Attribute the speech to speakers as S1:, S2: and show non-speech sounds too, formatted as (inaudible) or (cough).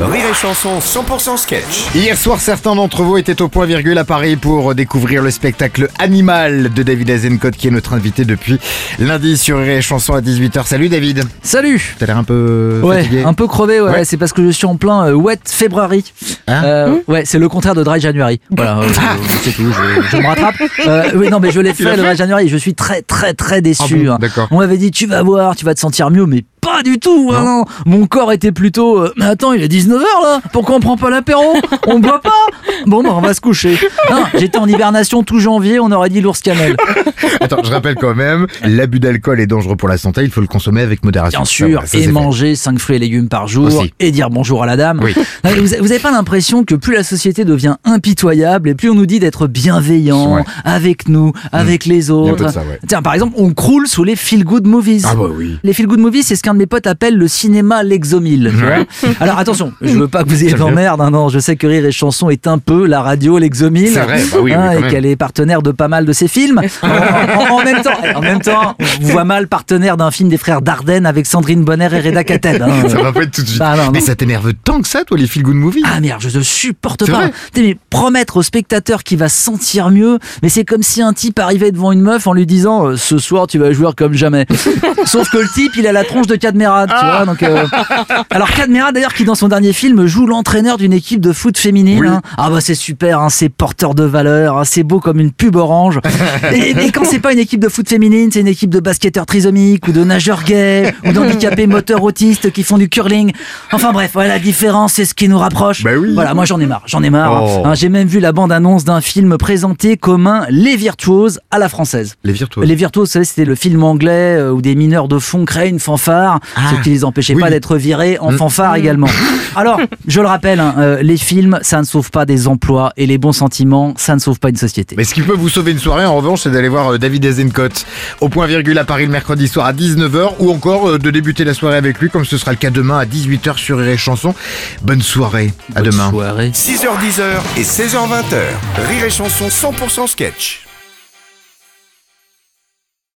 S1: Rire et Chanson 100% sketch.
S2: Hier soir, certains d'entre vous étaient au point virgule à Paris pour découvrir le spectacle Animal de David Azencott qui est notre invité depuis lundi sur Rire et Chanson à 18h. Salut David,
S3: Salut
S2: t'as l'air un peu
S3: Ouais,
S2: fatigué.
S3: un peu crevé, ouais,
S2: Ouais.
S3: c'est parce que je suis en plein euh, wet February.
S2: Hein
S3: Euh, Ouais, c'est le contraire de dry January. Voilà, euh, c'est tout, je, je me rattrape. Euh, oui, non, mais je l'ai
S2: Tu l'as
S3: fait, le
S2: fait
S3: dry January, je suis très très très
S2: Ah
S3: déçu.
S2: bon,
S3: hein.
S2: d'accord.
S3: On m'avait dit, tu vas voir, tu vas te sentir mieux, mais pas du tout, hein, non. Mon corps était plutôt, euh, mais attends, il est 19h là, pourquoi on prend pas l'apéro On boit pas Bon, bah, on va se coucher. Hein, J'étais en hibernation tout janvier, on aurait dit l'ours cannelle.
S2: Attends, je rappelle quand même, l'abus d'alcool est dangereux pour la santé, il faut le consommer avec modération.
S3: Bien
S2: Ça,
S3: sûr,
S2: voilà, ça,
S3: et
S2: c'est fait.
S3: manger 5 fruits et légumes par jour,
S2: Aussi.
S3: et dire bonjour à la dame.
S2: Oui.
S3: Non, mais Vous vous avez pas l'impression que plus la société devient impitoyable et plus on nous dit d'être bienveillant
S2: Ouais.
S3: avec nous, avec les
S2: peu de
S3: autres.
S2: ça, ouais.
S3: Tiens, par exemple, on croule sous les feel good movies.
S2: Ah bah oui.
S3: Les feel good movies, c'est ce qu'un de mes potes appelle le cinéma l'exomile. tu
S2: Ouais. (laughs)
S3: vois. Alors attention, je veux pas que vous ayez
S2: Ça me
S3: d'emmerde. hein, non, je sais que Rire et Chanson est un peu la radio l'exomile. hein,
S2: C'est vrai, bah oui, oui, quand même.
S3: et qu'elle est partenaire de pas mal de
S2: (laughs)
S3: ses films. en, en- en même temps, en même temps, on voit mal partenaire d'un film des frères Dardenne avec Sandrine Bonner et Reda Kateb. hein.
S2: Ça va pas être tout de suite.
S3: Ah, non, non.
S2: Mais ça t'énerve tant que ça, toi, les feel good movies
S3: Ah merde, je ne supporte
S2: C'est
S3: pas.
S2: vrai
S3: Putain, mais promettre au spectateur qu'il va se sentir mieux, mais c'est comme si un type arrivait devant une meuf en lui disant euh, ce soir tu vas jouer
S2: (laughs)
S3: comme jamais. Sauf que le type il a la tronche de Cadmerade, tu
S2: Ah.
S3: vois. Donc, euh, Alors Cadmerade d'ailleurs qui dans son dernier film joue l'entraîneur d'une équipe de foot féminine.
S2: Oui.
S3: hein. Ah bah c'est super, hein, c'est porteur de valeur, hein, c'est beau comme une
S2: (laughs)
S3: pub orange. Et, et quand c'est pas une équipe de foot féminine, c'est une équipe de basketteurs trisomiques ou de nageurs gays ou d'handicapés moteurs autistes qui font du curling. Enfin bref, voilà la différence, c'est ce qui nous rapproche.
S2: Bah oui.
S3: Voilà, moi j'en ai marre, j'en ai marre.
S2: Oh.
S3: hein. J'ai même vu la bande-annonce d'un film présenté comme un Les Virtuoses à la française.
S2: Les virtuoses.
S3: Les Virtuoses, vous savez, c'était le film anglais euh, où des mineurs de fond créaient une fanfare,
S2: Ah.
S3: ce qui les empêchait
S2: Oui. Mm.
S3: pas d'être virés en
S2: (laughs)
S3: fanfare également. Alors, je le rappelle, hein, euh, les films, ça ne sauve pas des emplois et les bons sentiments, ça ne sauve pas une société.
S2: Mais ce qui peut vous sauver une soirée, en revanche, c'est d'aller voir euh, David Azencott au point virgule à Paris le mercredi soir à 19h ou encore euh, de débuter la soirée avec lui, comme ce sera le cas demain à 18h sur Rire et Chanson. Bonne soirée, à
S3: Bonne
S2: demain.
S3: soirée.
S1: 6h10 et 16h20. Rire et Chanson 100% sketch.